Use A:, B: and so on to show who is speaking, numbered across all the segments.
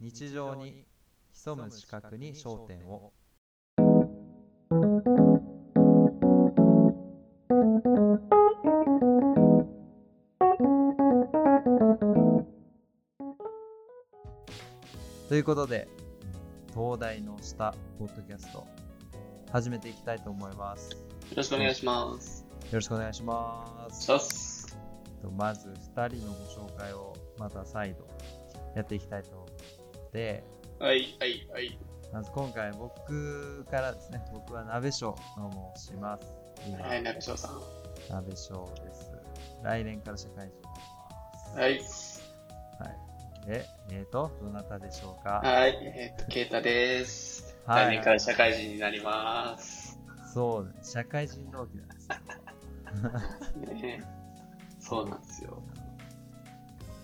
A: 日常に潜む視覚に焦点をということで東大の下ポッドキャスト始めていきたいと思いますよ
B: ろしくお願いします。
A: ろしくお願いします
B: さっす。
A: とまず2人のご紹介をまた再度やっていきたいと思って
B: はい、はい、はい。
A: まず今回僕からですね僕は鍋匠の申します今
B: はい、中翔さん。
A: 鍋匠です来年から社会人になります
B: はい。
A: はいでえーとどなたでしょうか
B: はい、えっ、と、ケイタです。
A: はい
B: 来年から社会人になります。
A: そうね社会人同期なんですよ
B: ね、そうなんですよ。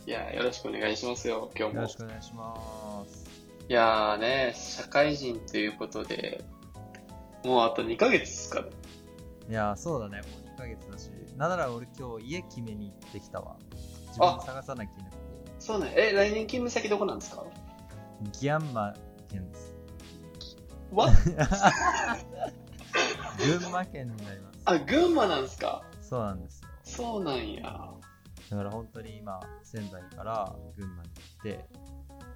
B: いや、よろしくお願いしますよ、今日
A: よ
B: も
A: ろし。くお願いします
B: いやーね、社会人ということで、もうあと2ヶ月ですから。
A: いやーそうだねもう2ヶ月だしなんなら俺今日家決めに行ってきたわ自分で探さなきゃいけなくて
B: そうね、え、来年勤務先どこなんですか
A: ギャンマ県です
B: わ
A: 群馬県になります
B: あ、群馬なんですか
A: そうなんですよ
B: そうなんや。
A: だから本当に今仙台から群馬に行って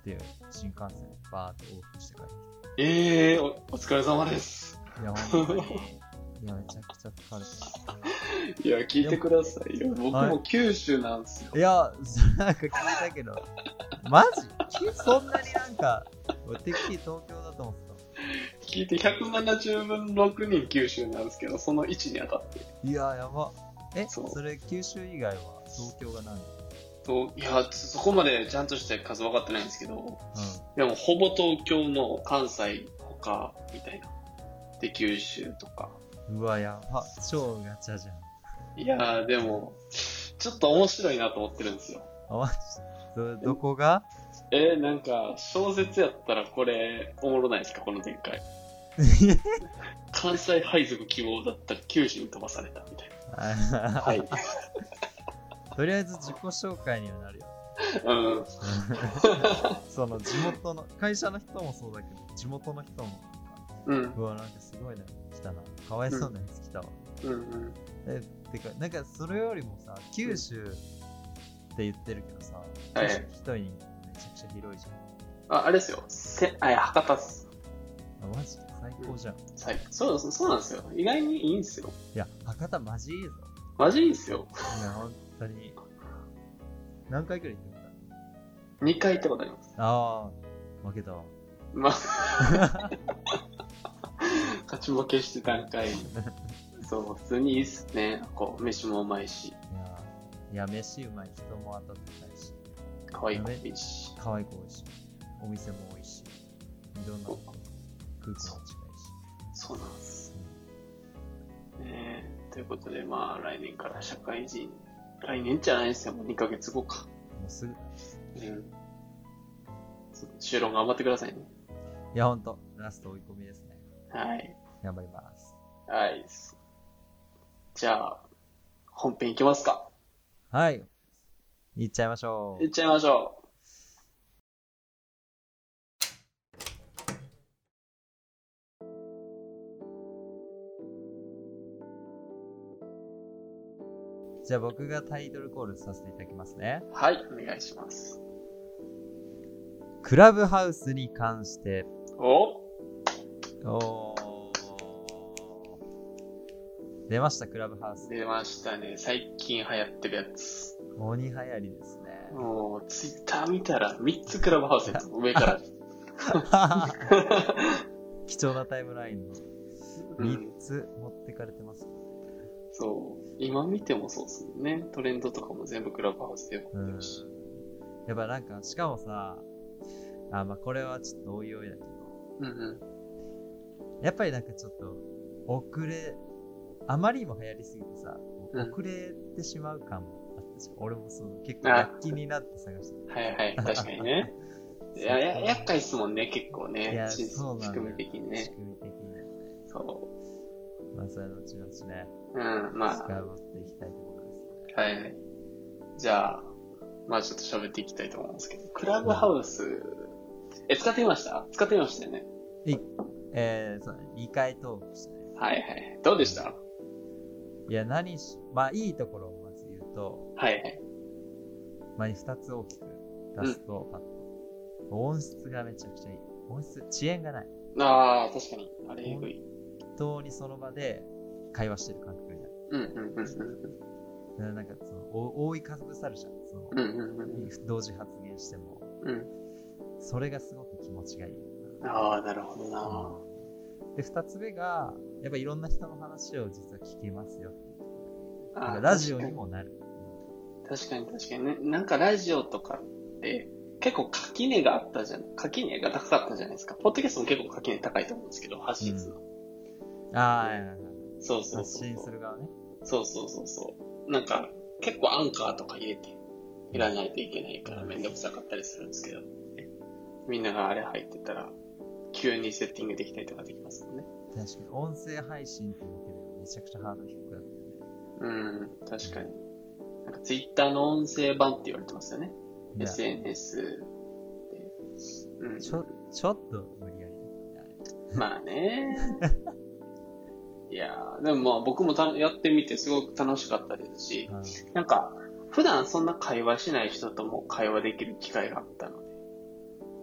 A: で新幹線バーって往復して帰って
B: ええー、おお疲れ様です。
A: きていや本当にいやめちゃくちゃ疲れ
B: いや、聞いてくださいよ。僕も九州なんですよ。
A: たいやそなんか聞いたけどマジきそんなになんか俺てっきり東京だと思って
B: 聞いて170分6人九州なんですけど、その位置に当たって。
A: たいややばえ
B: そ
A: そうれ九州以外は東京がないの
B: といや、そこまでちゃんとして数分かってないんですけど、でもほぼ東京の関西他みたいな。で、九州とか。
A: うんうわやば超ガチャじゃん
B: いやー、でも、ちょっと面白いなと思ってるんですよ。
A: あマジどどこが
B: えー、なんか、小説やったらこれ、おもろないですか、この展開。関西配属希望だったら九州に飛ばされたみたいな。はい。
A: とりあえず自己紹介には なるよ
B: うん。
A: その地元の会社の人もそうだけど地元の人も
B: うん。
A: うわなんかすごいな来たなかわいそうなやつ来たわ、
B: うんうん。
A: えてかなんかそれよりもさ九州って言ってるけどさ、
B: はい
A: 九州一人にめちゃくちゃ広いじゃ
B: あ、あれですよ。せ、あ、いや博多っす。
A: んあマジ最高じゃん、い
B: はい。そう、そうそうなんですよ。意外にいいんですよ。
A: や博多マジいいぞ
B: マジいいんですよ。
A: いや本当に何回くらい行ってみ
B: 2回行ったことあります。
A: たああ負けたわ
B: まあ、 勝ち負けして段階。そう、普通にいいっすね。こう、飯もうまいし、
A: いやーいや飯うまい人も温かいし
B: 可愛い子もいいし。
A: 可愛い子多いしお店も多いしいろんなとこ空港も近いし
B: そうなんです。ねえということで、まあ、来年から社会人。来年じゃないですよ。もう2ヶ月後か。
A: もうすぐ
B: うん。そう収録頑張ってくださいね。
A: いや、ほんと、ラスト追い込みですね。
B: はい。
A: 頑張ります。
B: はい。じゃあ、本編いきますか。
A: はい。いっちゃいましょ
B: いっちゃいましょう。
A: う。じゃあ僕がタイトルコールさせていただきますね。
B: はい、お願いします。
A: クラブハウスに関して。
B: お
A: おー。出ました、クラブハウス。
B: 出ましたね。最近流行ってるやつ。
A: 鬼流行りですね。
B: もう、ツイッター見たら3つクラブハウ スやつ。上から。
A: 貴重なタイムラインの
B: うん
A: 3つ持ってかれてます。
B: そう。今見てもそうですもんね。トレンドとかも全部クラブハウスでやってるし。
A: やっぱなんか、しかもさ、あ、まあこれはちょっとおいおいだけど、
B: うんうん。
A: やっぱりなんかちょっと遅れあまりにも流行りすぎてさ、
B: うん
A: 遅れてしまう感もあったし俺もそう結構躍起になって探して
B: はいはい、確か にね。いや、や、厄介っすもんね、結構
A: いや
B: ね。シ
A: そうなんだよ
B: 仕組み的に
A: た仕
B: ね。
A: 組み的にね
B: そ
A: まあそれは後々ね
B: う。うん、まあ、
A: 頑張っていきたいところですね
B: はい。じゃあ、まあちょっと喋っていきたいと思うんですけど、クラブハウスえ、使ってみました使ってみましたよね。
A: えー、そう2回トークしてね。
B: はいはい。どうでした
A: いや、何し、まあいいところをまず言うと、
B: はいはい。
A: まあ2つ大きく出すと、パッと音質がめちゃくちゃいい。音質、遅延がない。
B: ああ、確かに。あれ、えぐい。
A: 本当にその場で会話してる感覚になる。
B: うんうんうん
A: だからなんかその、お覆いかぶさるじゃん。その、
B: うん。うんうんうん
A: 同時発言しても。
B: うん。
A: それがすごく気持ちがいい。
B: ああ、なるほどな。
A: で、二つ目が、やっぱいろんな人の話を実は聞けますよっていうところ
B: あ
A: な
B: ー
A: んかラジオにもなる。
B: 確かに確かにね。なんかラジオとかって、結構垣根があったじゃん。垣根が高かったじゃないですか。ポッドキャストも結構垣根高いと思うんですけど、発信するの。
A: ああ、はいはいはい
B: そうそう
A: 発
B: そう
A: 信
B: そ
A: す
B: う。
A: る側ね。
B: そうそうそうそう。なんか、結構アンカーとか入れて、いらないといけないからめんどくさかったりするんですけど、ねみんながあれ入ってたら、急にセッティングできたりとかできますもんね。
A: 確かに、音声配信ってだけでもめちゃくちゃハードル低くなってる
B: うん、確かに。なんかツイッターの音声版って言われてますよね。
A: ね。いや
B: SNS で。うん、
A: ちょ、ちょっと無理やりだけどね
B: まあね。いやーでもまあ僕もたやってみてすごく楽しかったですし、
A: あれ
B: なんか、普段そんな会話しない人とも会話できる機会があったの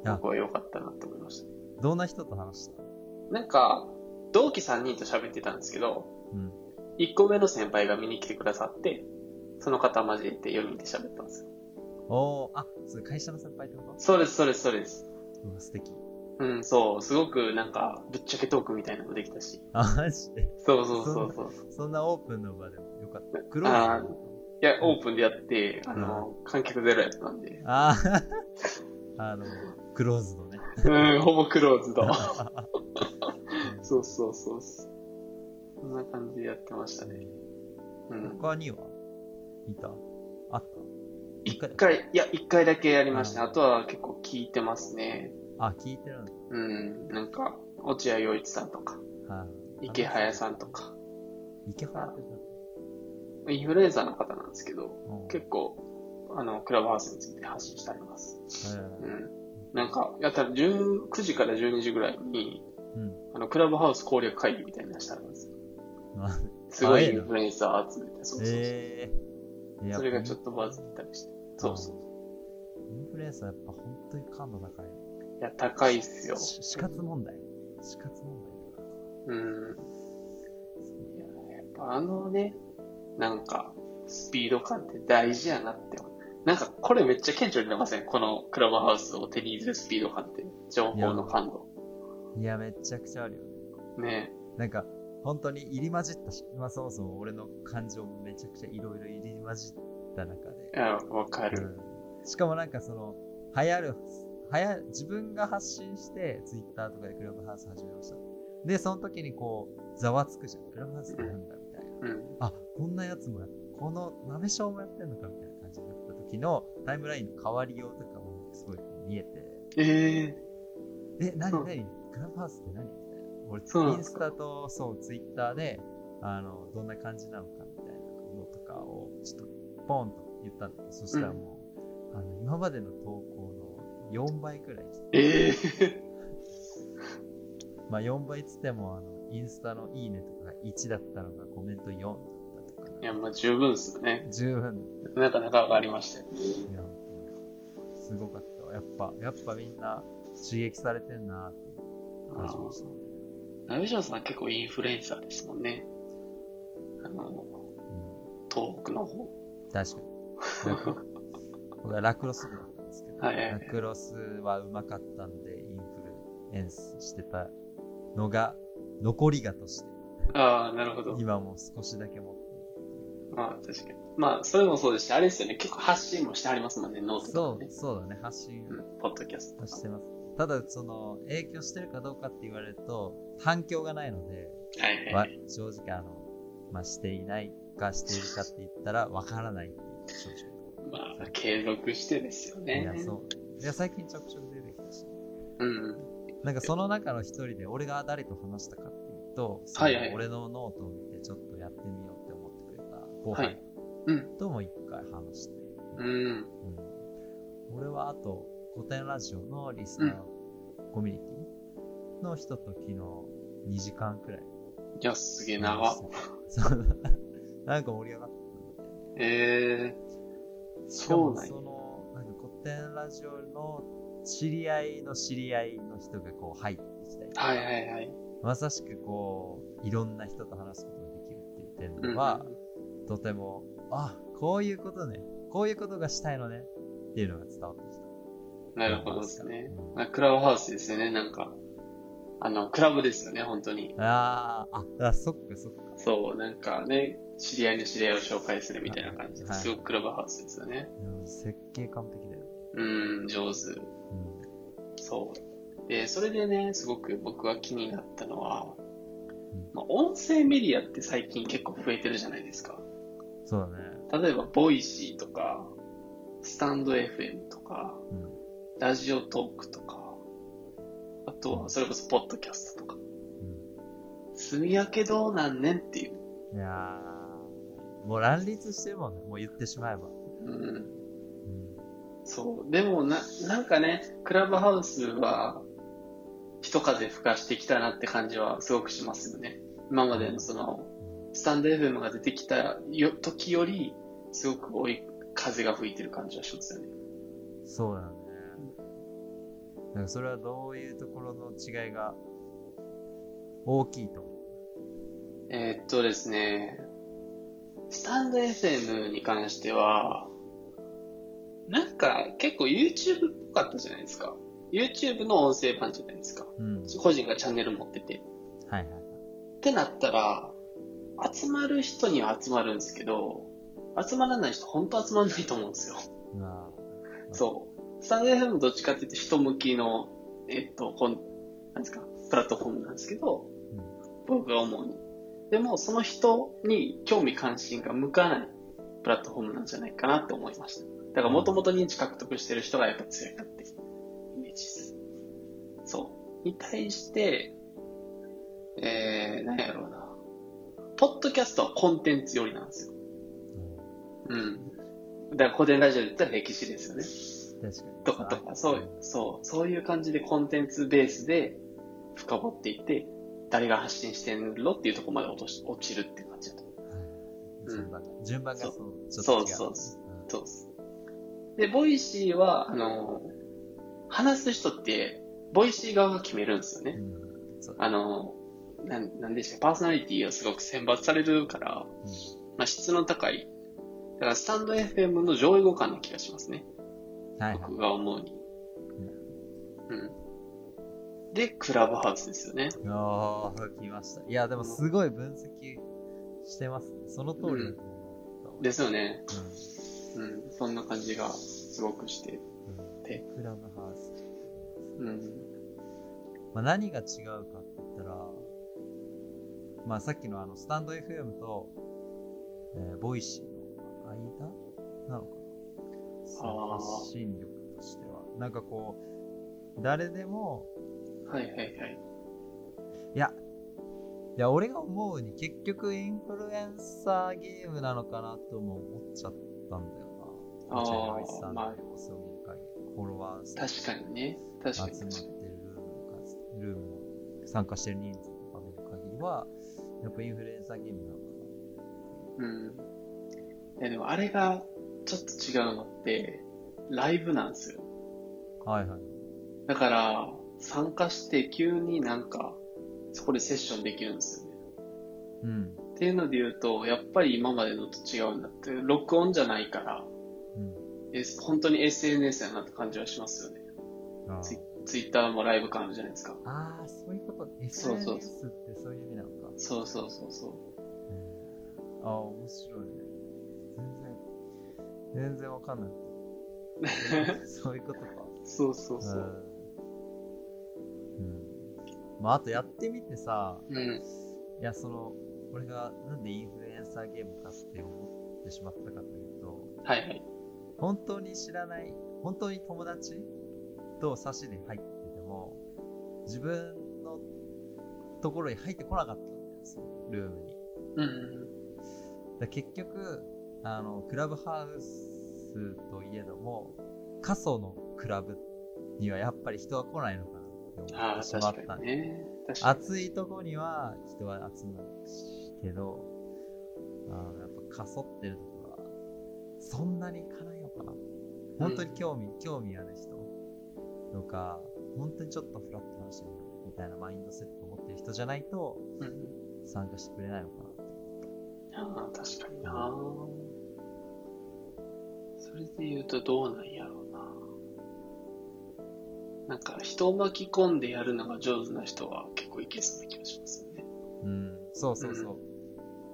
B: で、
A: あ
B: 僕は良かったなと思いましたね。
A: うんどんな人と話した
B: なんか、同期3人と喋ってたんですけど、
A: うん。
B: 1個上の先輩が見に来てくださって、その方交えて4人で喋ったんですよ。
A: おー、あ、そう、会社の先輩ってこ
B: そうです、そうです、そうです。
A: とうわ、素敵。
B: うん、そう、すごくなんか、ぶっちゃけトークみたいなのもできたし。
A: あ、マジで。
B: そうそうそうそう。
A: そんなオープンの場でもよかった。クロー
B: あー
A: ズ
B: いや、オープンでやって、あの、観客ゼロやったんで。
A: あー あの、クローズのね。
B: うん、ほぼクローズド。 そうそうそうそう。そんな感じでやってましたね。うん。
A: 他にはいたあった一回
B: 一回、いや、一回だけやりました。あとは結構聞いてますね。
A: あ、聞いてるんだ。
B: うん、なんか、落合陽一さんとか、
A: は
B: 池早さんとか、
A: い。池原ってさ、
B: インフルエンサーの方なんですけど、
A: うん
B: 結構、あの、クラブハウスについて発信してあります。う
A: え
B: ん。なんか、やったら10 9時から12時ぐらいに、
A: ーうん。
B: あの、クラブハウス攻略会議みたいなのしたんですよ。
A: まあ
B: すご
A: あえ
B: い
A: え
B: イ
A: な
B: ンフルエンサー集めて、そうそうそう。
A: えーいや
B: それがちょっとバズったりして。そうそう。
A: インフルエンサーやっぱ本当に感度高い。
B: いや、高いっすよ。
A: し死活問題。死活問題だから
B: うん。いや、やっぱあのね、なんか、スピード感って大事やなって思う。なんか、これめっちゃ顕著に出ませんこのクラブハウスを手に入れるスピード感って。情報の感度。
A: いや、めちゃくちゃあるよね。
B: ね
A: なんか、本当に入り混じったし、まあそもそも俺の感情もめちゃくちゃいろいろ入り混じった中で。
B: いや、わかる。
A: うんしかもなんかその、流行る、流行、自分が発信して、ツイッターとかでクラブハウス始めました。で、その時にこう、ざわつくじゃん。クラブハウスってなんだみたいな。
B: うん。
A: あ、こんなやつもやっこの豆賞もやってんのかみたいな感じになった時のタイムラインの変わりようとかもすごい見えて、
B: ええ
A: え、な
B: そ
A: に
B: う
A: なにクラブハウスって何みたいな。
B: そうな
A: 俺、
B: ん
A: イ
B: で
A: ン
B: す
A: ス
B: か
A: タと、そう、ツイッターで、あの、どんな感じなのかみたいなのとかを、ちょっと、ポンと言ったんだけど、そしたらもう、あの、今までの投稿の4倍くらい来て、
B: ええ
A: まあ4倍っつっても、あの、インスタのいいねとかが1だったのがコメント4だったとか、
B: いや、まあ十分っすよね。
A: 十分
B: なかなか上がりましたよ。
A: いや、すごかったわ。やっぱ、やっぱみんな刺激されてんなって感じましたね。
B: ナビジョンさん結構インフルエンサーですもんね。あの、
A: う
B: 東北の方。
A: ん、確かに。僕はラクロス部だったんですけど、
B: はいはいは
A: ラ
B: い
A: クロスはうまかったんで、インフルエンスしてたのが、残りがとして、
B: ああ、なるほど。
A: 今も少しだけ持って
B: まあ確かに。まあそれもそうですし、あれですよね、結構発信もしてはりますもんね、ノ
A: る。
B: ート
A: そ
B: とかね
A: う、。そうだね、発信
B: うん、ポッドキャスト
A: は
B: と
A: してます。ただ、その、影響してるかどうかって言われると、反響がないので、
B: か。はいはい。
A: は正直あの、まあ、していないかしているかって言ったらわからないっていう正
B: まあ継続してですよ
A: 直。い
B: ね。
A: や、そう。いや、最近ちょくちょく出てきたし。
B: うん。
A: なんかその中の一人で俺が誰と話したかっていうと、そ
B: はいはい
A: の俺のノートを見てちょっとやってみようって思ってくれた後輩
B: うん。
A: とも一回話して。
B: うん。
A: うん俺はあと、古典ラジオのリスナーコミュニティの人と昨日2時間くらい。
B: いや、すげえ長っ。
A: そう。 なんか盛り上がったんだよね。
B: ええ
A: しか
B: そう
A: も
B: なんや
A: そ。の、なんか古典ラジオの知り合いの知り合いの人がこう入ってきたりとか、
B: はいはいはい。
A: まさしくこう、いろんな人と話すことができるっていう点
B: う
A: で
B: んうん
A: は、とても、あ、こういうことね、こういうことがしたいのねっていうのが伝わってきた。
B: なるほどですね。
A: うん
B: まあクラブハウスですよね、なんか。あの、クラブですよね、本当に。
A: あーあ、あ、そっかそっか。
B: そう、なんかね、知り合いの知り合いを紹介するみたいな感じで
A: はい
B: すごくクラブハウスですよね。
A: うん設計完璧だよ。
B: うん、上手。
A: う
B: そう。で、それでね、すごく僕は気になったのは
A: ん、
B: まあ、音声メディアって最近結構増えてるじゃないですか。
A: ん、そうだね。
B: 例えば、ボイシーとか、スタンド FM とか、
A: うん。
B: ラジオトークとか、あとは、それこそ、ポッドキャストとか。住み分けどうなんねんっていう。
A: うん、いやー、もう乱立してるもんね。もう言ってしまえば。
B: うん。
A: うん
B: そう。でもな、なんかね、クラブハウスは、一風吹かしてきたなって感じはすごくしますよね。今までのその、スタンド FM が出てきたよ時より、すごく多い風が吹いてる感じはしますよね。
A: そうだね。なんかそれはどういうところの違いが大きいと思
B: えーっとですね、スタンド FM に関しては、なんか結構 YouTube っぽかったじゃないですか。YouTube の音声版じゃないですか。
A: う。うん。
B: 個人がチャンネル持ってて。
A: はいはい。
B: ってなったら、集まる人には集まるんですけど、集まらない人本当集まらないと思うんですよ。
A: うわ
B: そう。スタンド FM どっちかって言って人向きの、えっと、こん、なんですか、プラットフォームなんですけど、僕が思うに。でも、その人に興味関心が向かないプラットフォームなんじゃないかなって思いました。だから、もともと認知獲得してる人がやっぱ強いなってイメージです。そう。に対して、えー、なんやろうな。ポッドキャストはコンテンツ寄りなんですよ。うん。だから、古典ラジオで言ったら歴史ですよね。
A: うん確かに。
B: とかとか、そう、そう、そういう感じでコンテンツベースで深掘っていって、誰が発信してんのっていうところまで落とし落ちるって感じだと思う。
A: うん順番が。順番がそう、ちょっと
B: そ
A: 違
B: うそう
A: う。
B: そう。
A: うん
B: そうっすで、ボイシーは、あの、話す人って、ボイシー側が決めるんですよね。
A: うんそうだ
B: あの、なん、なんでしたっけパーソナリティがすごく選抜されるから、まあ、質の高い。だから、スタンド FM の上位互換な気がしますね。
A: うんはいはい
B: 僕。が思うに。うん。で、クラブハウスですよね。
A: ああ、来ました。いや、でもすごい分析してますね。その通りだと思う。
B: ですよね。
A: うん
B: うん。そんな感じがすごくして。で
A: クラブハウス、
B: うん。
A: まあ、何が違うかって言ったら、まあ、さっきのあのスタンド FM と、えーボイシーの間なのかな
B: あー
A: 発信力としてはなんかこう誰でも
B: はいはいはい。
A: いやいや俺が思うに結局インフルエンサーゲームなのかなとも思っちゃったんだよな
B: あー
A: ジェライスさんの
B: まあ
A: 様子を見る限りフォロワー数
B: 確かにね。確
A: 集まっ
B: かに
A: て
B: 確
A: るル
B: か
A: ームの数ルームの参加してる人数とか見る限りは、やっぱインフルエンサーゲームなのか
B: に。うん。いやでもあれがちょっと違うのって、ライブなんですよ。
A: な。はいはい。
B: だから、参加して急になんか、そこでセッションできるんですよね。
A: うん。
B: っていうので言うと、やっぱり今までのと違うんだって、録音じゃないから、
A: うん。
B: え本当に SNS やなって感じはしますよね。
A: あ
B: ツイ
A: ー
B: ツイッターもライブ感あるじゃないですか。
A: あー、そういうこと。
B: そう
A: SNS
B: そう
A: ってそういう意味なのか。
B: そうそうそうそ
A: うん、ああ、面白いね。全然、全然わかん ない。そういうことか。
B: う。そうそう
A: う
B: そう。
A: ん。うん。まあ、あとやってみてさ、
B: うん。
A: いや、その、俺がなんでインフルエンサーゲームかって思ってしまったかというと、
B: はいはい。
A: 本当に知らない、本当に友達と差しで入ってても、自分のところに入ってこなかったんだよ、そのルームに。
B: うん
A: だ結局、あの、クラブハウスといえども、過疎のクラブにはやっぱり人は来ないのかなって思
B: あ
A: っ
B: あ、
A: てしまっ
B: 確
A: た
B: か
A: ん
B: に
A: で、
B: ね。確かに。
A: 暑いとこには人は集まるしけど、あーやっぱかそってるとこは、そんなに行かないのかな。本当に興味、興味ある人とか、本当にちょっとフラットな人みたいなマインドセットを持ってる人じゃないと
B: うん
A: 参加してくれないのかなって。
B: ああ、確かにな。それで言うとどうなんやろうな。なんか人を巻き込んでやるのが上手な人は結構いけそうな気がしますよね。
A: うん、そうそうそ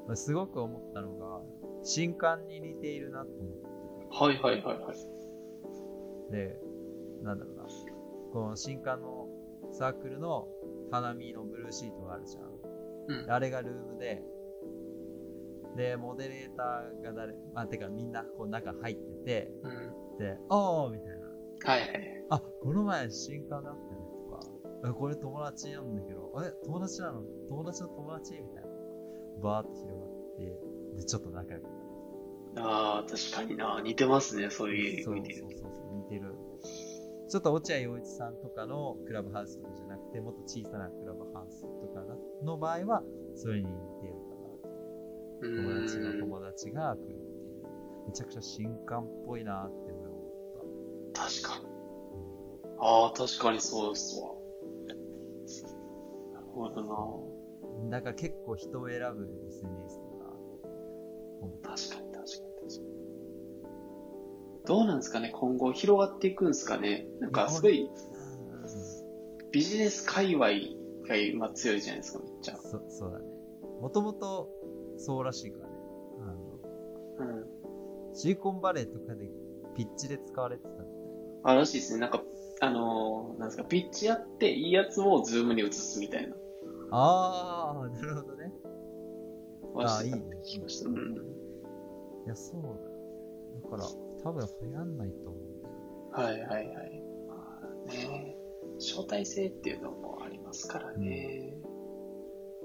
A: う。すごく思ったのが、新刊に似ているなと思って。
B: はいはいはいはい。
A: で、なんだろうな。この新刊のサークルの花見のブルーシートがあるじゃん。
B: うん。
A: あれがルームで、で、モデレーターが誰、まあ、てかみんなこう中入ってて、
B: うん。
A: で、おーみたいな。
B: はいはい。
A: あ、この前新刊だったねとか、あこれ友達なんだけど、え、友達なの友達の友達みたいな。バーって広がって、で、ちょっと仲良くなる。
B: ああ、確かにな。似てますね、そういう
A: そ
B: 意
A: う
B: 味で
A: そう。そうそう、似てる。ちょっと落合陽一さんとかのクラブハウスとかじゃなくて、もっと小さなクラブハウスとかだの場合は、それに似てるか
B: う
A: な。友達
B: ー
A: の
B: ん。
A: 友達が来るっていう。めちゃくちゃ新刊っぽいなって思った。
B: 確かに。ああ、確かにそうですわ。なるほど
A: うんだから結構人を選ぶ SNS だな。本
B: な。確かに確かに確かに。どうなんですかね今後広がっていくんですかねなんかすごいビジネス界隈が今強いじゃないですか、めっちゃ。
A: そそうだね。もともとそうらしいからね。あの
B: うん。
A: シリコンバレーとかでピッチで使われてたみたいな。
B: あらしいですね。なんか、あのーなんですか、ピッチやっていいやつをズームに移すみたいな。
A: ああ、なるほどね。ああ、いいね。
B: 聞きました。うん。
A: いや、そうだ。だから、多分流行んないと思うんだよ。
B: はいはいはい。まあね、招待制っていうのもありますからね。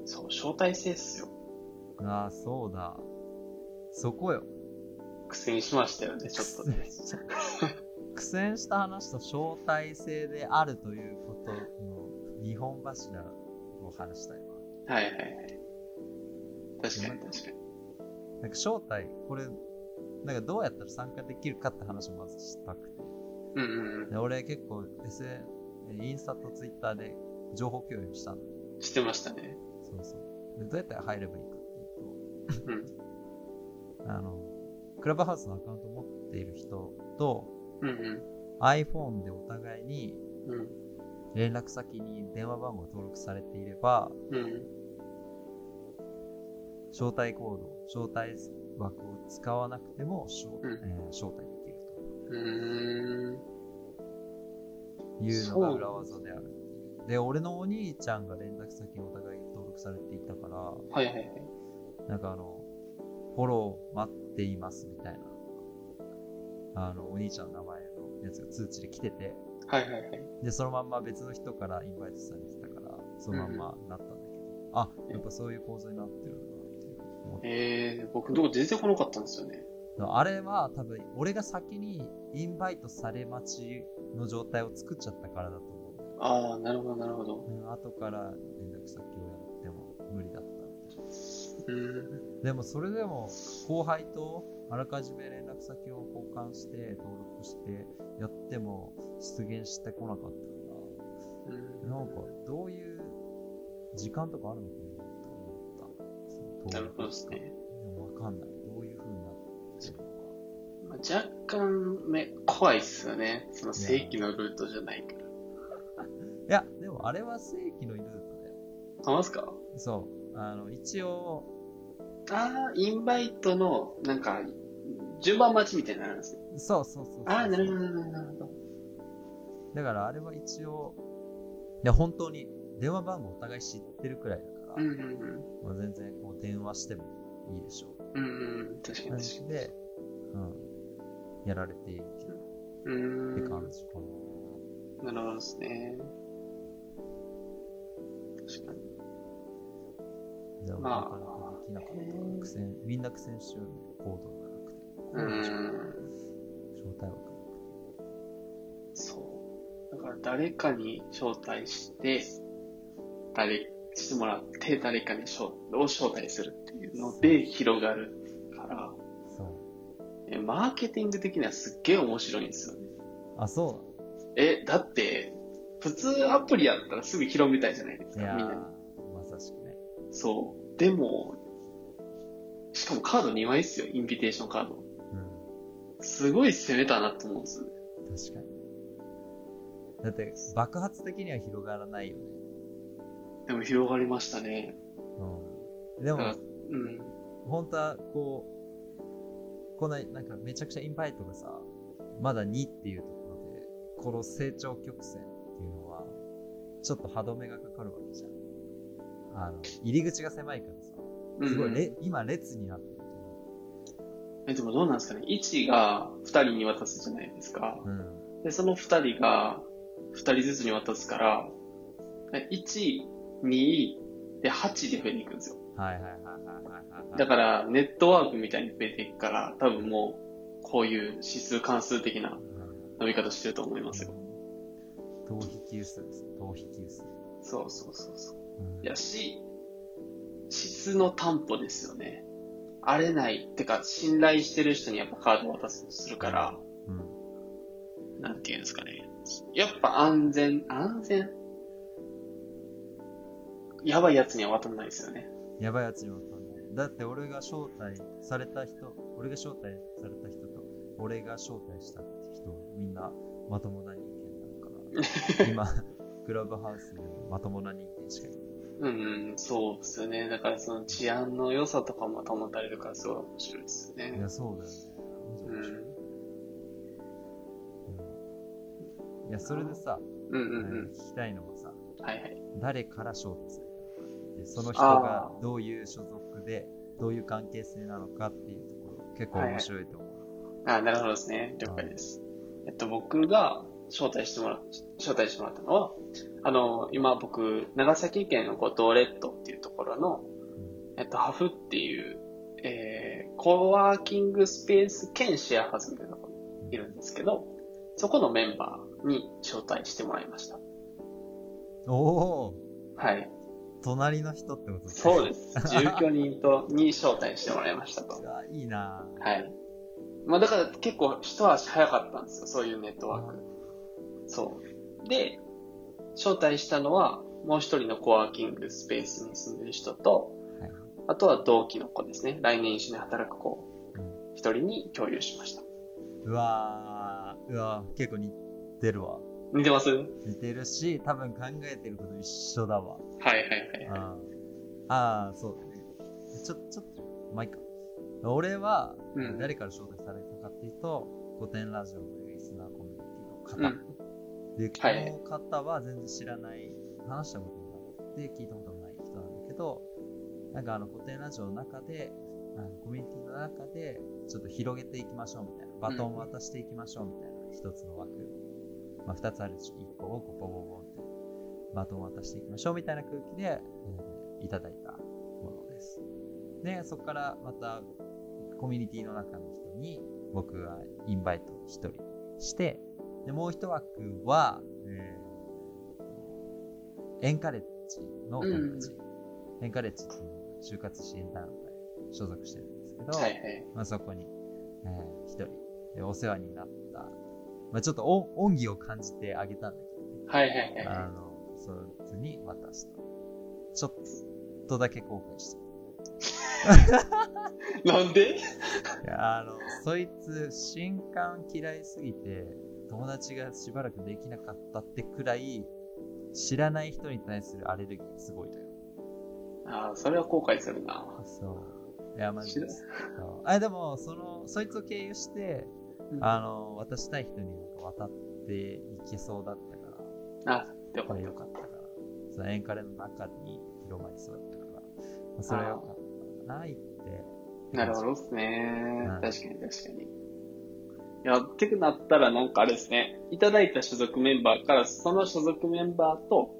B: そう、招待制っすよ。
A: ああ、そうだ。そこよ。
B: 苦戦しましたよね、ちょっとね。
A: 苦戦した話と招待制であるということの日本柱を話したいわ。
B: はいはいはい。確かに確かに。
A: なんか招待、これ、なんかどうやったら参加できるかって話をまずしたくて。
B: うんうん
A: で俺結構 SN、インスタとツイッターで情報共有したの。
B: うん。してましたね。
A: そうそう。で、どうやって入ればいいかっていうと、あの、クラブハウスのアカウント持っている人と、
B: うんう
A: iPhone でお互いに
B: ん。うん
A: 連絡先に電話番号が登録されていれば、
B: うん。
A: 招待コード、招待枠を使わなくても招,、
B: うん
A: えー招待できる
B: う
A: と
B: ーん。
A: いうのが裏技である。で、俺のお兄ちゃんが連絡先にお互い登録されていたから、
B: はいはいはい。
A: なんかあの、フォロー待っていますみたいな、あの、お兄ちゃんの名前のやつが通知で来てて、
B: はいはいはい。
A: で、そのまんま別の人からインバイトされてたから、そのまんまなったんだけど、あ、やっぱそういう構造になってるんだなっていう思って
B: えー、僕のとこ出てこなかったんですよね。
A: あれは多分、俺が先にインバイトされ待ちの状態を作っちゃったからだと思うんだよ。
B: ああ、なるほどなるほど。
A: うん後から連絡先をやっても無理だったみたいな。
B: うん。
A: でもそれでも後輩とあらかじめ連絡先を交換して登録してやっても出現してこなかった
B: うん
A: からなんかどういう時間とかあるのかなと思ったその登録
B: なるほどですね。
A: でもわかんないどういう風になってるのか
B: まあ、若干ね、怖いっすよね。その正規のルートじゃないから。
A: いやでもあれは正規のルートだよ
B: あ、ますか
A: そうあの一応
B: ああ、インバイトの、なんか、順番待ちみたいになるんですね。
A: そうそうそうそう
B: ああ、なるほど、なるほどなるほど。
A: だからあれは一応いや本当に電話番号お互い知ってるくらいだから、
B: うんうん
A: まあ、全然こう電話してもいいでしょう。
B: うん。うんうん、確かに
A: 感
B: 確か
A: じで、うん、やられている
B: に。うーん。
A: って感じかな。
B: なるほどですね。確かに。
A: でも
B: まあ
A: なかなかできなかった。苦戦、みんな苦戦しようね。行動がなくて。招
B: うーん。
A: 待枠がなく
B: そう。だから誰かに招待して、誰、してもらって、誰かに招を招待するっていうので広がるから、
A: そう。
B: えマーケティング的にはすっげえ面白いんですよね。
A: あ、そ
B: え、だって、普通アプリやったらすぐ広めたいじゃないです
A: うい
B: か、
A: や
B: み
A: ー
B: んなに。、
A: まさしくね。
B: そう。でも、しかもカード2枚ですよ、インビテーションカード。
A: うん。
B: すごい攻めたなと思うんですよね。
A: 確かに。だって、爆発的には広がらないよね。
B: でも広がりましたね。
A: うん。で
B: だから
A: も、
B: うん。
A: 本当は、こう、こんな、なんかめちゃくちゃインバイトがさ、まだ2っていうところで、この成長曲線っていうのは、ちょっと歯止めがかかるわけじゃん。あの、入り口が狭いからさ、
B: うん
A: すごい、れ今列になってると思
B: え、でもどうなんですかね。1が2人に渡すじゃないですか。
A: う。うん。
B: で、その2人が2人ずつに渡すから、え1、2、で8で増えていくんですよ。
A: はいはいはいはいはいはい。
B: だから、ネットワークみたいに増えていくから、多分もう、こういう指数関数的な
A: うん、
B: 伸び方してると思いますよ。
A: 逃避給数です。逃避給数。
B: そうそうそうそう。
A: うん
B: いや、し、質の担保ですよね。荒れない。てか、信頼してる人にやっぱカードを渡すとするから、
A: うん
B: なんていうんですかね。やっぱ安全、安全。やばいやつには渡んないですよね。
A: やばいやつにも当たんない。だって俺が招待された人、俺が招待された人と、俺が招待した人、みんなまともな人 間だから。今、クラブハウスでもまともな人間しかいない。
B: うん、そうですよね。だからその治安の良さとかも保たれるからすごい面白いですよ
A: い
B: ね。
A: や、そうだよね。
B: うん。
A: うんいや、それでさ、
B: うんう
A: あ
B: ん
A: の聞きたいのもさ、
B: うん。はいはい。
A: 誰から招待されたでその人がどういう所属でどういう関係性なのかっていうところ結構面白いと思う、
B: あなるほどですね。了解です。えっと、僕が招待してもら、招待してもらったのは、あの、今僕、長崎県の五島列島っていうところの、えっと、ハフっていう、えー、コワーキングスペース兼シェアハウスみたいなとこにいるんですけど、そこのメンバーに招待してもらいました。
A: おお
B: はい。
A: 隣の人ってこと
B: そう
A: す
B: です。19人とに招待してもらいましたと。
A: わいいなぁ
B: はい。まあだから結構一足早かったんですよ、そういうネットワーク。そう。で、招待したのは、もう一人のコワーキングスペースに住んでる人と、
A: はい
B: あとは同期の子ですね。来年一緒に働く子を
A: うん
B: 一人に共有しました。
A: うわーうわー結構似てるわ
B: 似てますはい
A: 似てるし多分考えてること一緒だわ
B: はいはい。
A: ああーそうだねちょちょっとまあいいか俺は
B: うん
A: 誰から招待されたかっていうと、古典ラジオのリスナーコミュニティの方、でこ
B: はい
A: の方は全然知らない話したこともなくて聞いたこともない人なんだけどなんかあの古典ラジオの中であのコミュニティの中でちょっと広げていきましょうみたいなバトンを渡していきましょうみたいな一つの枠、まあ、2つあるうち1個をこうボンボンボンってバトンを渡していきましょうみたいな空気で、えーいただいたものです。で、そこからまたコミュニティの中の人に僕はインバイト1人して、で、もう1枠は、えーエンカレッジの友達。エンカレッジっていう就活支援団体所属してるんですけど、
B: はいはい。
A: まあ、そこに、えー一人でお世話になった、まあ、ちょっと恩恩義を感じてあげたんだけ
B: はいはいはい
A: ど、ね、
B: は
A: あの、そいつに渡した。ちょっとだけ後悔して
B: い。なんで
A: る。いや、あの、そいつ、新刊嫌いすぎて、友達がしばらくできなかったってくらい、知らない人に対するアレルギーすごいだよ。
B: ああ、それは後悔するな。
A: そう。いや、マジで
B: 知
A: す。そうあ、でも、その、そいつを経由して、あの、渡したい人になんか渡っていけそうだったから、
B: あ、よか
A: こ
B: っ
A: れ
B: た
A: 良
B: よか
A: か
B: っ
A: ったから、そのエンカレの中に広まりそうだったから、まあ、それは良かったかな、言って。
B: た。なるほどですね
A: う。ん
B: 確かに確かに。やってくなったらなんかあれですね、いただいた所属メンバーから、その所属メンバーと、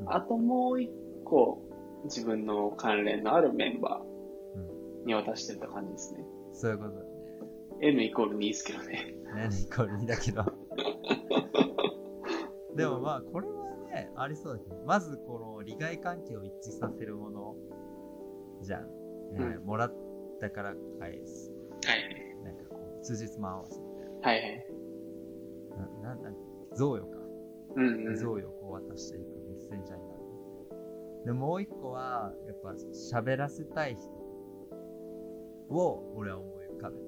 A: うん
B: あともう一個、自分の関連のあるメンバーに渡してった感じですね。
A: そういうこと
B: N イコール2ですけどね。
A: だね。ね、イコール2だけど。でもまあ、これはね、ありそうだけど、まずこの利害関係を一致させるものじゃん。えー
B: う
A: もらったから返す。
B: はい
A: なんかこう、通じつま合わせみたい
B: はい。はいはい。
A: な。な、なんだ贈与か。
B: うんうん。
A: 贈与をこう渡していくメッセンジャーになる。で、もう一個は、やっぱ喋らせたい人を俺は思い浮かべた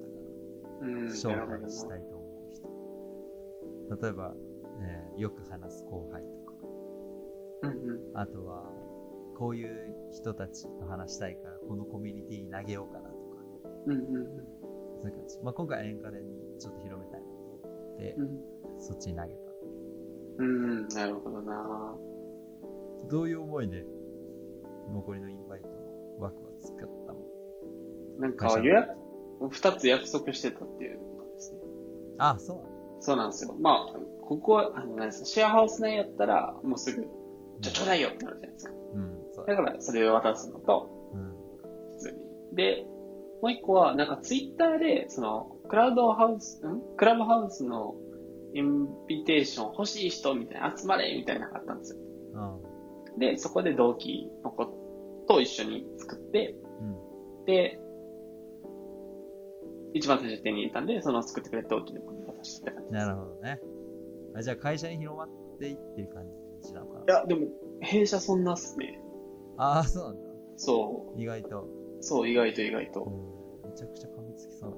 A: から。
B: うん。
A: 紹
B: なるほどな
A: 介したいと思う人。例えば、えーよく話す後輩とか、
B: うんうん。
A: あとは、こういう人たちと話したいから、このコミュニティに投げようかなとか、
B: うんうん
A: そういう感じ。まあ、今回演歌でにちょっと広めたいなと思って
B: う、ん。
A: そっちに投げた。
B: うんうん。なるほどな
A: どういう思いで、残りのインバイトの枠は使ったの
B: なんか予約、二つ約束してたっていうことですね。
A: あ、そうなの
B: そうなんですよ。まあ、ここは、あの、なんですか、シェアハウス内やったら、もうすぐ、じゃ、ちょうだいよってなるじゃないですか。
A: うん、そう
B: だから、それを渡すのと、
A: うん。
B: 普通に。で、もう一個は、なんか、ツイッターで、その、クラウドハウス、んクラブハウスのインビテーション欲しい人みたいな、集まれみたいなのがあったんですよ。
A: うん。
B: で、そこで同期の子と一緒に作って、
A: うん。
B: で、一番最初に手に入れたんで、その作ってくれた同期の子に渡したって感じです。
A: なるほどね。あじゃあ会社に広まっていってる感じなのか
B: い
A: な
B: や、でも、弊社そんなっすね。
A: ああ、そうなんだ。
B: そ
A: 意外と。
B: う。そう、意外と意外と。
A: うんめちゃくちゃ噛みつきそうだ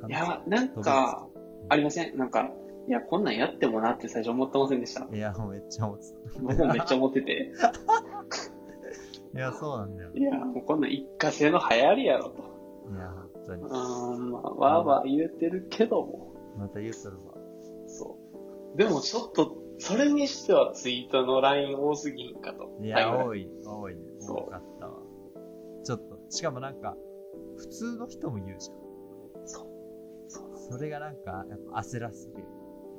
A: けど。
B: いや、なんか、ありませんなんか、いや、こんなんやってもなって最初思ってませんでした。
A: いや、もうめっちゃ思って
B: 僕 もめっちゃ思ってて。
A: た。いや、そうなんだよ。い
B: いや、もうこんなん一過性の流行りやろと。
A: や、本当に
B: う。ーん、まあ、わーわー言うてるけども。
A: また言うとるわ。
B: そう。でもちょっと、それにしてはツイートのライン多すぎんかと。
A: い
B: は
A: や、
B: い。
A: 多い、多いね。
B: そう
A: 多かったわ。ちょっと、しかもなんか、普通の人も言うじゃん。
B: そう。そう
A: それがなんか、やっぱ焦らせてる。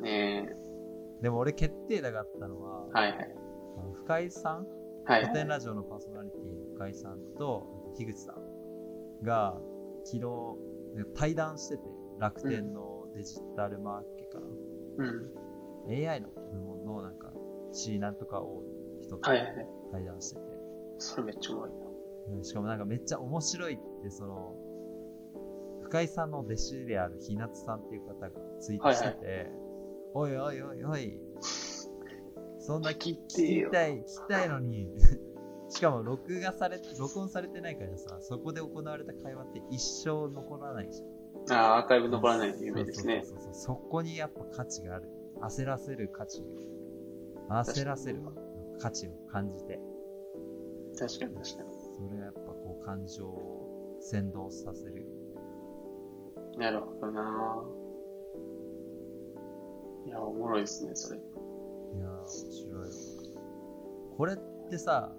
B: ねえ。
A: でも俺決定打があったのは、
B: はいはい。
A: あの深井さん
B: は
A: 古
B: いはい。
A: 典ラジオのパーソナリティの深井さんと樋口さんが昨日ね対談してて楽天のデジタルマーケかな、
B: うん。
A: AI の部門のなんか C なんとかを人と
B: はいはい。
A: 対談してて、
B: それめっちゃおもろい
A: うんしかもなんかめっちゃ面白いってその深井さんの弟子である日夏さんっていう方がツイートしてて、おいおいおいおいそんな
B: な。
A: 聞
B: きって
A: 聞
B: よ
A: き。たい、聞きたいのに。 しかも録画されて、録音されてないからさ、そこで行われた会話って一生残らないじゃ
B: ああ、アーカイブ
A: ん。
B: 残らないの有名ですね。
A: そうそうそうそうそこにやっぱ価値がある。焦らせる価値。焦らせる価値を感じて。
B: 確かに確かに。
A: それはやっぱこう感情を先導させる。
B: なるほどなぁ。いや、おもろいですね、それ。
A: いやー、面白いわ。これってさ、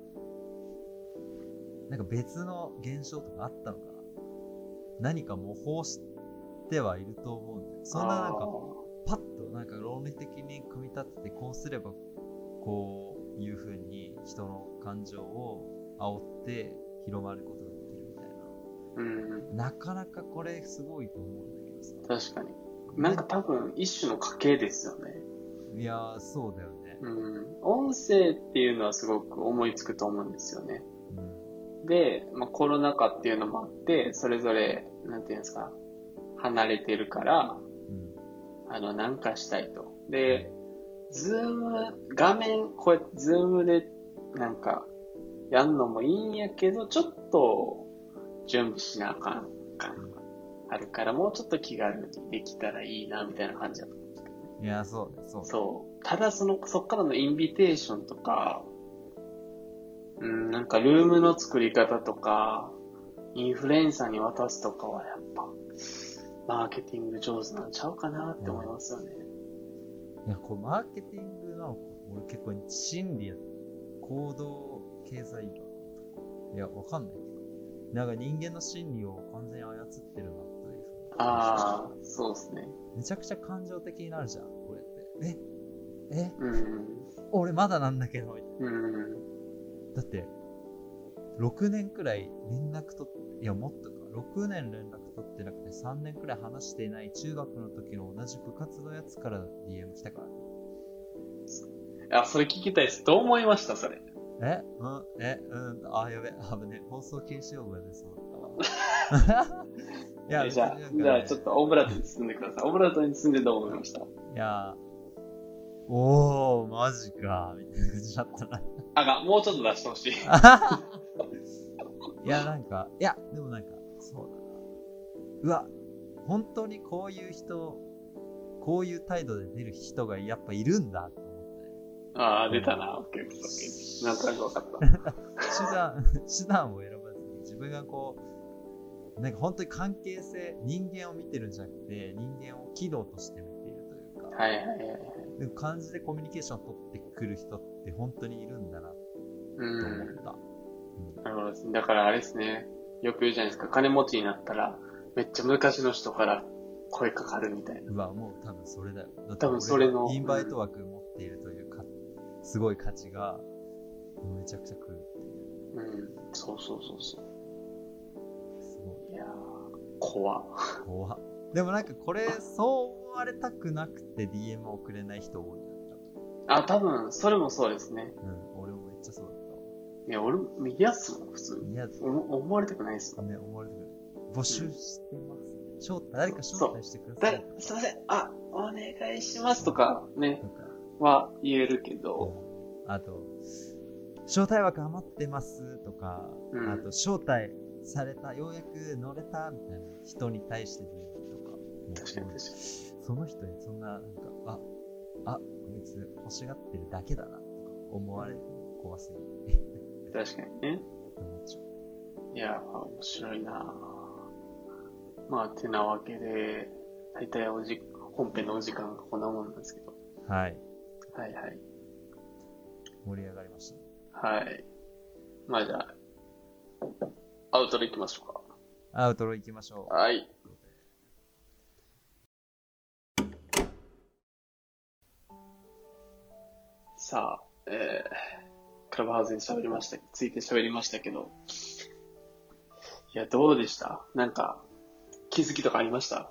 A: なんか別の現象とかあったのかな何か模倣してはいると思うんだよ。そんななん
B: あ
A: か、
B: ー
A: パッとなんか論理的に組み立てて、こうすれば、こういう風に人の感情を煽って広まることができるみたい
B: うん、
A: な。なかなかこれすごいと思うんだけどさ。
B: 確かに。なんか多分、一種の家系ですよね。
A: いやー、そうだよね。
B: うん。音声っていうのはすごく思いつくと思うんですよね。
A: うん。
B: で、まあ、コロナ禍っていうのもあって、それぞれ、なんていうんですか、離れてるから、
A: うん。
B: あの、なんかしたいと。で、ズーム、画面、こうやってズームで、なんか、やんのもいいんやけど、ちょっと、準備しなあかん感があるから、もうちょっと気軽にできたらいいな、みたいな感じだと思うんですけどね。
A: いやー、そうだよ、そうだよ。
B: そう。ただ、その、そっからのインビテーションとか、うん、なんか、ルームの作り方とか、インフルエンサーに渡すとかは、やっぱ、マーケティング上手なんちゃうかなって思いますよね。
A: いや、これマーケティングなのか。俺結構心理や、行動経済学とか。いや、わかんないけど。なんか人間の心理を完全に操ってるな、というふうに。
B: ああ、そうですね。
A: めちゃくちゃ感情的になるじゃん、これって。ええ
B: うん。
A: 俺まだなんだけど、みたい
B: うん。
A: なだって、6年くらい連絡といや、もっとか。6年連絡取ってなくて3年くらい話していない中学の時の同じ部活のやつから DM 来たからね。
B: あ、それ聞きたいです。どう思いましたそれ。
A: えうんえうんあ、やべ、危ね。放送禁止用語やで、そう。 いや、
B: じゃあ、
A: 別に
B: じ
A: な
B: ゃ
A: んか
B: あちょっとオブラートに包んでください。オブラートに包んでどう思いました
A: いや、おー、マジか、みたいな感じだったな。
B: あが、もうちょっと出してほしい。
A: いや、なんか、いや、でもなんか、そうだな。うわ、本当にこういう人、こういう態度で出る人がやっぱいるんだと思って。
B: ああ、出たな。オッケーオッケーオッケー。なんとなくわかった。
A: 手段、手段を選ばずに、自分がこう、なんか本当に関係性、人間を見てるんじゃなくて、人間を軌道として見ているというか、
B: はいはいはい。
A: でも漢字でコミュニケーションを取ってくる人って本当にいるんだなと
B: う
A: 思
B: ん。
A: った。
B: なるほどですね。だからあれですね。よく言うじゃないですか。金持ちになったら、めっちゃ昔の人から声かかるみたいな。
A: うわ、もう多分それだよ。だって
B: 多分それの
A: 俺がインバイト枠持っているというか、すごい価値が、めちゃくちゃくるっていう。
B: うん。そうそうそうそう。
A: すご
B: いやー、怖。
A: い怖っでもなんかこれ、そう思われたくなくて DM を送れない人多いんだった。
B: あ、多分、それもそうですね。
A: うん、俺もめっちゃそうだったわ。
B: いや、俺も嫌っすもん、普通に。
A: いや、ね、
B: おも思われたくないっすもん。
A: 思われてくる。募集してます、招待、誰か招待してくださ
B: 誰
A: い。
B: すいません、あ、お願いしますとか、ね、
A: とか
B: は言えるけど、
A: あと、招待枠余ってますとか、
B: うん
A: あと、招待された、ようやく乗れたみたいな人に対してでいいとか、
B: 確かに
A: もう
B: 確か
A: その人にそんな、なんか、あ、あ、こいつ欲しがってるだけだなとか思われるの怖すぎて
B: に。確かにね。
A: 思っちゃう
B: いや、面白いなぁまあ、てなわけで、大体おじ、本編のお時間がこんなもんなんですけど。
A: はい、
B: はいはい。
A: 盛り上がりました。
B: はい。まあじゃあ、アウトで行きましょうか。
A: アウトロ行きましょう。
B: はい。さあ、えー、クラブハウスに喋りました、ついて喋りましたけど、いや、どうでしたなんか、気づきとかありました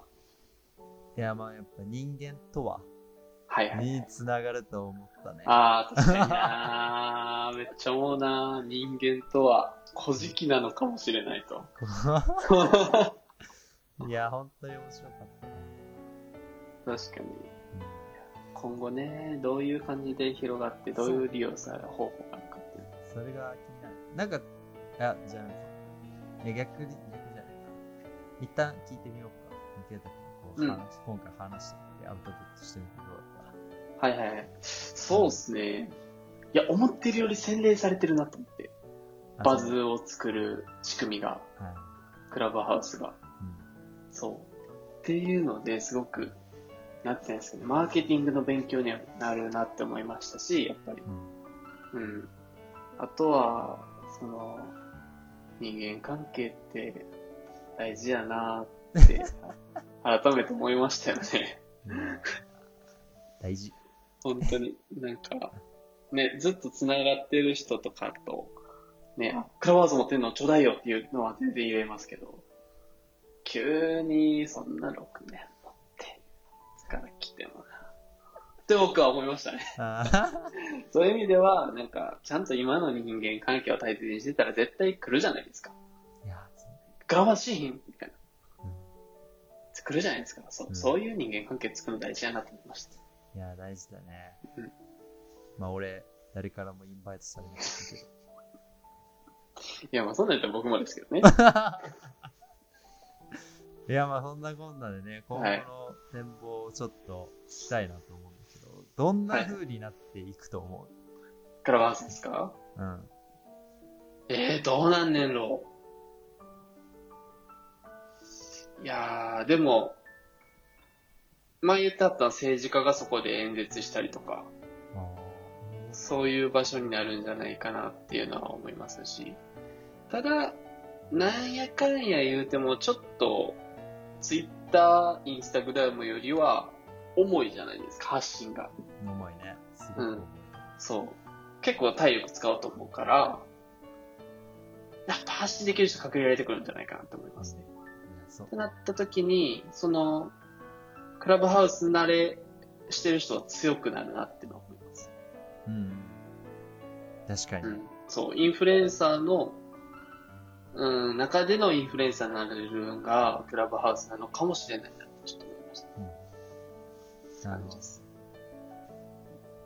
A: いや、まあ、やっぱ人間とは、
B: はいはい。
A: につながると思ったね。
B: ああ、確かになめっちゃ思うな人間とは、小じなのかもしれないと。
A: いや、本当に面白かったね。
B: 確かに。
A: うん
B: 今後ね、どういう感じで広がって、どういう利用される方法があるかっていう。
A: それが気になる。なんか、あ、じゃあ、え逆に、逆じゃないな。一旦聞いてみようか。受けたこう
B: うん
A: 話、今回話してみてアウトプットしてみてどうだっ
B: はいはいはい。そうっすね。いや、思ってるより洗練されてるなと思って。
A: た
B: バズを作る仕組みが、
A: あはい。
B: クラブハウスが。
A: うん
B: そう。っていうのですごく、なんていうんですかね、マーケティングの勉強にはなるなって思いましたし、やっぱり。
A: うん。
B: うん。あとは、その、人間関係って大事やなって改めて思いましたよね。
A: うん大 事。
B: 本当に。なんか、ね、ずっと繋がってる人とかと、ね、あクラブハウス持ってるのちょうだいよっていうのは全然言えますけど、急にそんな6年持って、から来てもな。って僕は思いましたね。
A: あ
B: そういう意味では、なんか、ちゃんと今の人間関係を大切にしてたら絶対来るじゃないですか。
A: ーいや、そう
B: がましいんみたいな
A: うん。
B: 来るじゃないですか。そううんそういう人間関係作るの大事やなと思いました。
A: いや、大事だね
B: うん。
A: まあ、俺、誰からもインバイトされなかったけど。
B: いや、まあそんなんやったら僕もですけど ね。
A: いやまあそんなこんなでね、今後の
B: はい
A: 展望をちょっとしたいなと思うんですけど、どんな風になっていくと思
B: クラブハウスですか
A: う、
B: えー、どうなんねんろう。いやー、でも、前言ってあった政治家がそこで演説したりとか、
A: うん。あ
B: そういう場所になるんじゃないかなっていうのは思いますし、ただ、なんやかんや言うても、ちょっと、ツイッター、インスタグラムよりは、重いじゃないですか、発信が。
A: ー重いね。すごく重い。
B: そう。結構体力使うと思うから、やっぱ発信できる人限られてくるんじゃないかなと思いますね。
A: いやそう
B: ってなった時に、その、クラブハウス慣れしてる人は強くなるなっていうのは思います。
A: ううん。確かに。
B: うん、そう、インフルエンサーの、うん、中でのインフルエンサーになれるのが、クラブハウスなのかもしれないなってちょっと思いました。
A: なるほど。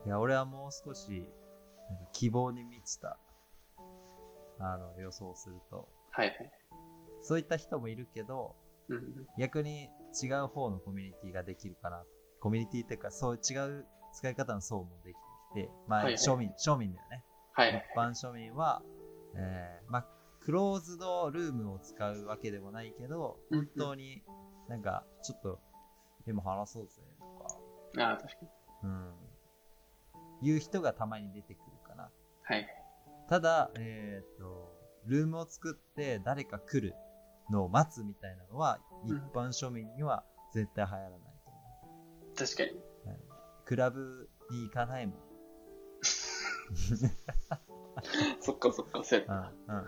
A: いや、俺はもう少し、なんか希望に満ちた、あの、予想をすると、
B: はいはい。
A: そういった人もいるけど、
B: うん、
A: 逆に違う方のコミュニティができるかな。コミュニティっていうか、そう違う使い方の層もできてきて、まあ、
B: はいはい
A: 庶民、庶民だよね。
B: はい。
A: 一般庶民は、えーまあ、クローズドルームを使うわけでもないけど、
B: 本
A: 本当になんか、ちょっと、でも話そうぜ、とか、
B: ああ、確かに。
A: うん。いう人がたまに出てくるかな。
B: はい。
A: ただ、えっ、と、ルームを作って誰か来るのを待つみたいなのは、一
B: うん
A: 般庶民には絶対流行らないと思う。
B: 確かに。
A: クラブに行かないもん。
B: そっかそっか、そうやっ
A: う
B: た
A: ん。うん。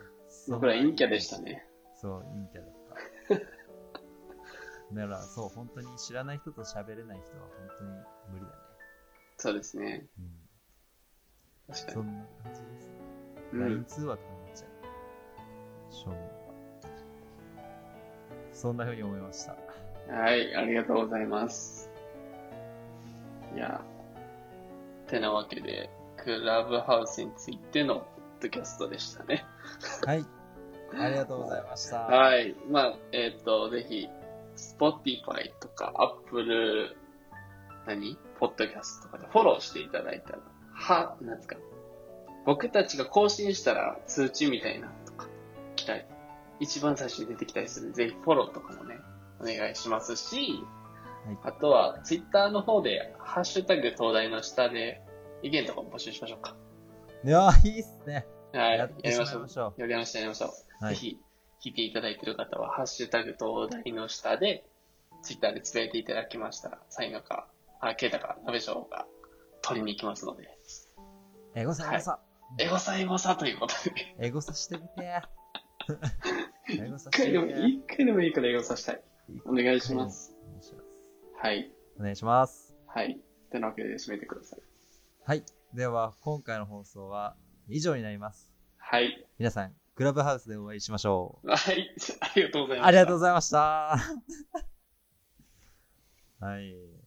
B: 僕ら陰キャでしたね。
A: そう、陰キャだった。だから、そう、本当に知らない人と喋れない人は本当に無理だね。
B: そうですね。
A: うん。
B: 確か
A: そ
B: に。
A: んな感じですね。
B: う
A: LINE
B: ん、
A: 通話とかになっちゃう。正面。そんな風に思いました。
B: はい、ありがとうございます。いや。てなわけで、クラブハウスについてのポッドキャストでしたね。
A: はい。ありがとうございました。
B: はい。まあ、えっ、と、ぜひ、Spotify とか Apple、何ポッドキャストとかでフォローしていただいたら、は、なんつうか、僕たちが更新したら通知みたいなのとか、来たり、一番最初に出てきたりするんで、ぜひフォローとかもね、お願いしますし、
A: はい
B: あとは Twitter の方で、ハッシュタグ東大の下で意見とかも募集しましょうか。
A: いやー、いいっすね。
B: はい。
A: や
B: や
A: って
B: り
A: しま
B: ま
A: い
B: しょう
A: ま。しょ
B: やりました、やりました。
A: う。は
B: ぜ
A: い。
B: ひ、聞いていただいている方は、ハッシュタグ東大の下で、ツイッターでつぶやいていただきましたら、サインか、あ、ケイタか、鍋翔が取りに行きますので、
A: エゴサ、エゴサ。
B: エゴサエゴサということで、
A: エゴサしてみて。エゴサ
B: 一
A: して
B: 回でも
A: み
B: い
A: て。
B: い、一回でもいいからエゴサしたい。お願いします。
A: お願いします。
B: はい。
A: お願いします。
B: はい。てなわけで締めてください。
A: はい。では、今回の放送は以上になります。
B: はい。
A: 皆さん、クラブハウスでお会いしましょう。
B: はい。ありがとうございました。
A: ありがとうございました。はい。